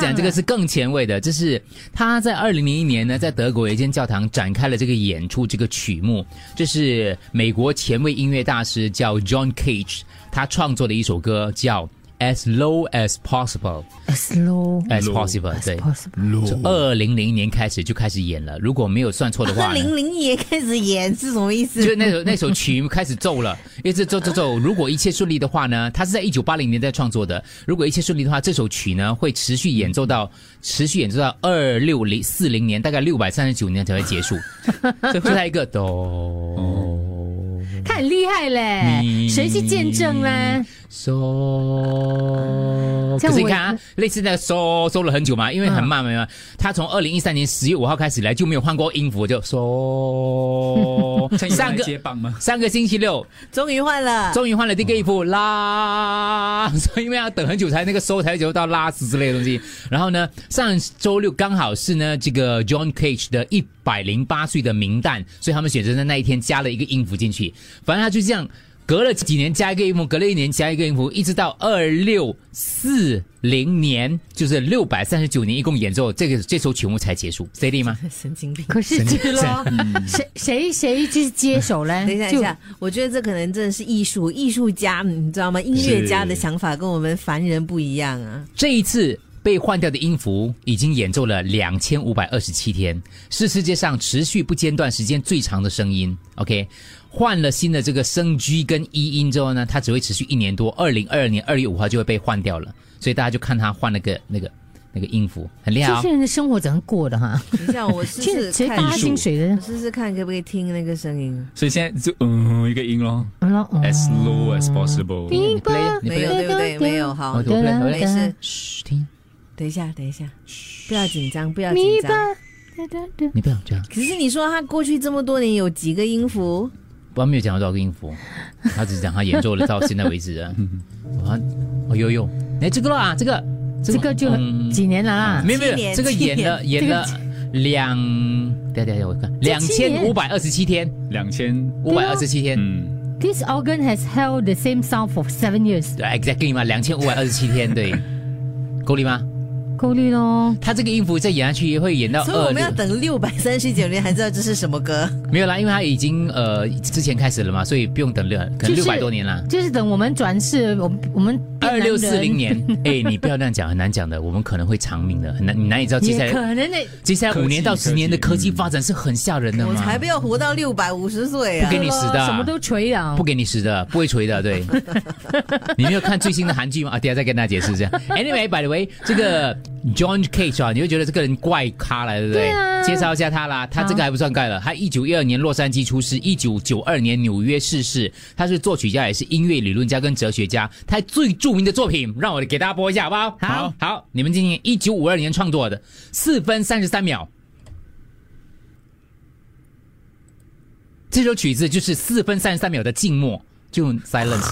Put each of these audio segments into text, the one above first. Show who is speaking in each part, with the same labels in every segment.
Speaker 1: 讲这个是更前卫的，就是他在二零零一年呢，在德国一间教堂展开了这个演出，这个曲目，这是美国前卫音乐大师叫 John Cage，他创作的一首歌叫 As Low as Possible。
Speaker 2: as low
Speaker 3: 哎
Speaker 1: As
Speaker 4: Low
Speaker 1: possible，
Speaker 2: as
Speaker 1: 对，
Speaker 2: possible。
Speaker 1: 二零零一年开始就开始演了，如果没有算错的
Speaker 2: 那
Speaker 1: 话呢，
Speaker 2: 零零也开始演是什么意思
Speaker 1: 就？是那首那首曲目开始奏了，一直奏奏奏。如果一切顺利的话呢，它是在一九八零年代创作的。如果一切顺利的话，这首曲呢会持续演奏到持续演奏到二六零四零年，大概六百三十九年才会结束。所以就在一个哆
Speaker 2: 他很厉害嘞，
Speaker 1: 咪
Speaker 2: 谁去见证啊呢？
Speaker 1: 嗦。
Speaker 2: 这
Speaker 1: 可
Speaker 2: 样
Speaker 1: 是你
Speaker 2: 我
Speaker 1: 看啊，类似那个嗦嗦了很久嘛，因为很慢嘛。他从二零一三年十月五号开始来就没有换过音符，就
Speaker 4: 呃
Speaker 1: 嗦。上个
Speaker 4: 接棒吗？
Speaker 1: 上个星期六
Speaker 2: 终于换
Speaker 3: 啊
Speaker 2: 了，
Speaker 1: 终于换了第一个衣服啦， 所以因为要等很久才那个收才会到拉丝之类的东西。然后呢，上周六刚好是呢这个 John Cage 的一百零八岁的名诞，所以他们选择在那一天加了一个音符进去。反正他就这样，隔了几年加一个音符，隔了一年加一个音符，一直到二六四零年，就是六百三十九年，一共演奏这个这首曲目才结束。C D 吗？
Speaker 2: 神经病。
Speaker 3: 可是这个咯，谁谁谁去接手嘞？
Speaker 2: 等一下，等
Speaker 3: 哎就
Speaker 2: 一下，我觉得这可能真的是艺术艺术家，你知道吗？音乐家的想法跟我们凡人不一样啊。
Speaker 1: 这一次被换掉的音符已经演奏了两千五百二十七天，是世界上持续不间断时间最长的声音。OK，换了新的这个升 G 跟一音之后呢，它只会持续一年多，二零二二年二月五号就会被换掉了，所以大家就看他换了个那个那个音符，很厉害、
Speaker 3: 这
Speaker 1: 哦
Speaker 3: 些。人的生活怎样过的哈？
Speaker 2: 等一下，我试
Speaker 3: 其实
Speaker 2: 试
Speaker 3: 谁
Speaker 2: 看，
Speaker 3: 发薪水的
Speaker 2: 我？试试看可不可以听那个声音。
Speaker 4: 所以现在就嗯一个音咯
Speaker 3: 嗯咯哦
Speaker 4: ，as low as possible。
Speaker 3: 明白
Speaker 1: play，你
Speaker 2: 没有，对不对？没有，好
Speaker 1: 我，就 play，我就
Speaker 2: 没事。
Speaker 1: 嘘，听，
Speaker 2: 等一下，等一下，不要紧张，不要紧
Speaker 3: 咪
Speaker 2: 张。
Speaker 3: 吧，哒哒哒
Speaker 1: 你不要这样，
Speaker 2: 可是你说他过去这么多年有几个音符？
Speaker 1: 我没有讲到多少个音符，他只是讲他演奏了到现在为止的。啊，哦呦呦，哎，这个啦，这个，
Speaker 3: 这个就
Speaker 1: 嗯
Speaker 3: 几啊年了啦。
Speaker 1: 没有没
Speaker 2: 七
Speaker 1: 有，
Speaker 2: 年
Speaker 1: 这个
Speaker 2: 七
Speaker 1: 演了演了两，对对对，我看两
Speaker 3: 七
Speaker 1: 千
Speaker 3: 年
Speaker 1: 五百二十七天，
Speaker 4: 两千，
Speaker 1: 五百二十七天，
Speaker 4: 嗯，
Speaker 3: This organ has held the same sound for seven years，
Speaker 1: 对，exactly 嘛，两千五百二十七天，对，够力吗？
Speaker 3: 够力咯。
Speaker 1: 他这个音符再演下去会演
Speaker 3: 呃
Speaker 1: 到
Speaker 2: 所以我
Speaker 1: 二
Speaker 2: 们要
Speaker 1: 六，
Speaker 2: 等六百三十九年才知道这是什么歌。
Speaker 1: 没有啦，因为他已经呃之前开始了嘛，所以不用等六，可能
Speaker 3: 就
Speaker 1: 六
Speaker 3: 是
Speaker 1: 百多年啦。
Speaker 3: 就是等我们转世，我们我们变
Speaker 1: 二
Speaker 3: 男
Speaker 1: 六
Speaker 3: 人
Speaker 1: 四零年，哎，你不要那样讲，很难讲的，我们可能会长命的，很难，你难以知道接下
Speaker 3: 也
Speaker 1: 来
Speaker 3: 可能的。
Speaker 1: 接下来五年到十年的科技发展是很吓人的
Speaker 2: 我
Speaker 1: 嘛，
Speaker 2: 才不要活到六百五十岁
Speaker 1: 不
Speaker 2: 啊
Speaker 1: 给！你死的啊，
Speaker 3: 什么都锤了
Speaker 1: 不。给你吃的，不会锤的，对。你没有看最新的韩剧吗？啊，等一下再跟大家解释一下。Anyway，by the way，这个 John Cage 啊，你会觉得这个人怪咖了，对不对？
Speaker 3: 对啊
Speaker 1: 介绍一下他啦，他这个还不算怪了，他一九一二年洛杉矶出世，一九九二年纽约逝世。他是作曲家，也是音乐理论家跟哲学家。他最著名的作品，让我给大家播一下，好不好？
Speaker 4: 好
Speaker 1: 好，你们今年一九五二年创作的，四分三十三秒。这首曲子就是四分三十三秒的静默，就 silence。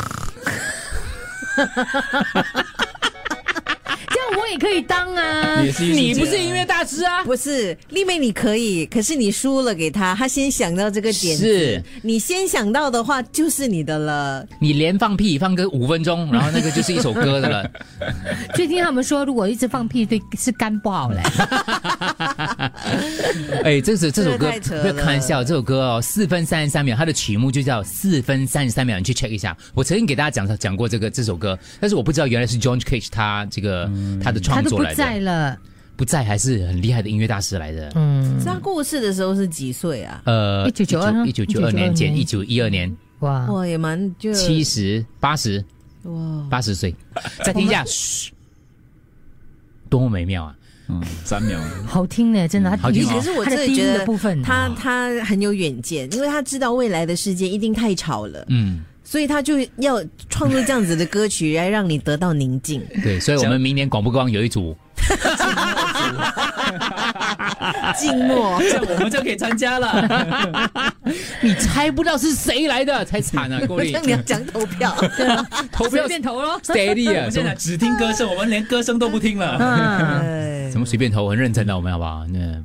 Speaker 3: 这样我也可以当 啊
Speaker 4: 也。是艺术家
Speaker 1: 你不是音乐大师啊？
Speaker 2: 不是丽妹，你可以，可是你输了给他，他先想到这个点子，
Speaker 1: 是
Speaker 2: 你先想到的话就是你的了。
Speaker 1: 你连放屁放个五分钟，然后那个就是一首歌的 了。
Speaker 3: 最近他们说，如果一直放屁，对是肝不好嘞。
Speaker 1: 哎，这是这首
Speaker 2: 真
Speaker 1: 歌
Speaker 2: 的太扯
Speaker 1: 不要
Speaker 2: 了
Speaker 1: 开玩笑，这首歌哦，四分三十三秒，它的曲目就叫四分三十三秒，你去 check 一下。我曾经给大家讲讲过这个这首歌，但是我不知道原来是 John Cage 他这个、他的
Speaker 3: 他
Speaker 1: 创
Speaker 3: 都
Speaker 1: 作
Speaker 3: 不
Speaker 1: 来的，
Speaker 3: 在了，
Speaker 1: 不在还是很厉害的音乐大师来的。
Speaker 2: 是他过世的时候是几岁啊？
Speaker 1: 呃，
Speaker 3: 1992
Speaker 1: 嗯一九九二年减一九一二年，
Speaker 3: 哇！
Speaker 2: 哇，也蛮就
Speaker 1: 七十八十
Speaker 2: 哇，
Speaker 1: 八十岁，再听一下，嘘，多么美妙啊！
Speaker 4: 嗯，三秒，
Speaker 3: 嗯好听呢，真的。
Speaker 1: 好
Speaker 3: 他
Speaker 1: 听
Speaker 3: 低
Speaker 1: 哦
Speaker 2: 可是我
Speaker 3: 他
Speaker 2: 真
Speaker 3: 的
Speaker 2: 的
Speaker 3: 低
Speaker 2: 觉
Speaker 3: 音
Speaker 2: 得
Speaker 3: 的部分，
Speaker 2: 他他很有远见，因为他知道未来的世界一定太吵了，
Speaker 1: 嗯，
Speaker 2: 所以他就要创作这样子的歌曲来让你得到宁 静。
Speaker 1: 对，所以我们明年广播光有一组
Speaker 2: 静默，
Speaker 4: 这样我们就可以参加了。
Speaker 1: 你猜不到是谁来的，太惨了，够 力
Speaker 2: 像你要讲投票，
Speaker 1: 投
Speaker 3: 随
Speaker 1: 票
Speaker 3: 便投咯。
Speaker 1: steady
Speaker 4: 我
Speaker 1: 啊，什
Speaker 4: 们现
Speaker 1: 么
Speaker 4: 在只听歌声，我们连歌声都不听了。
Speaker 3: 嗯，
Speaker 2: 哎
Speaker 1: 什么随便投，很认真的我们好不好？那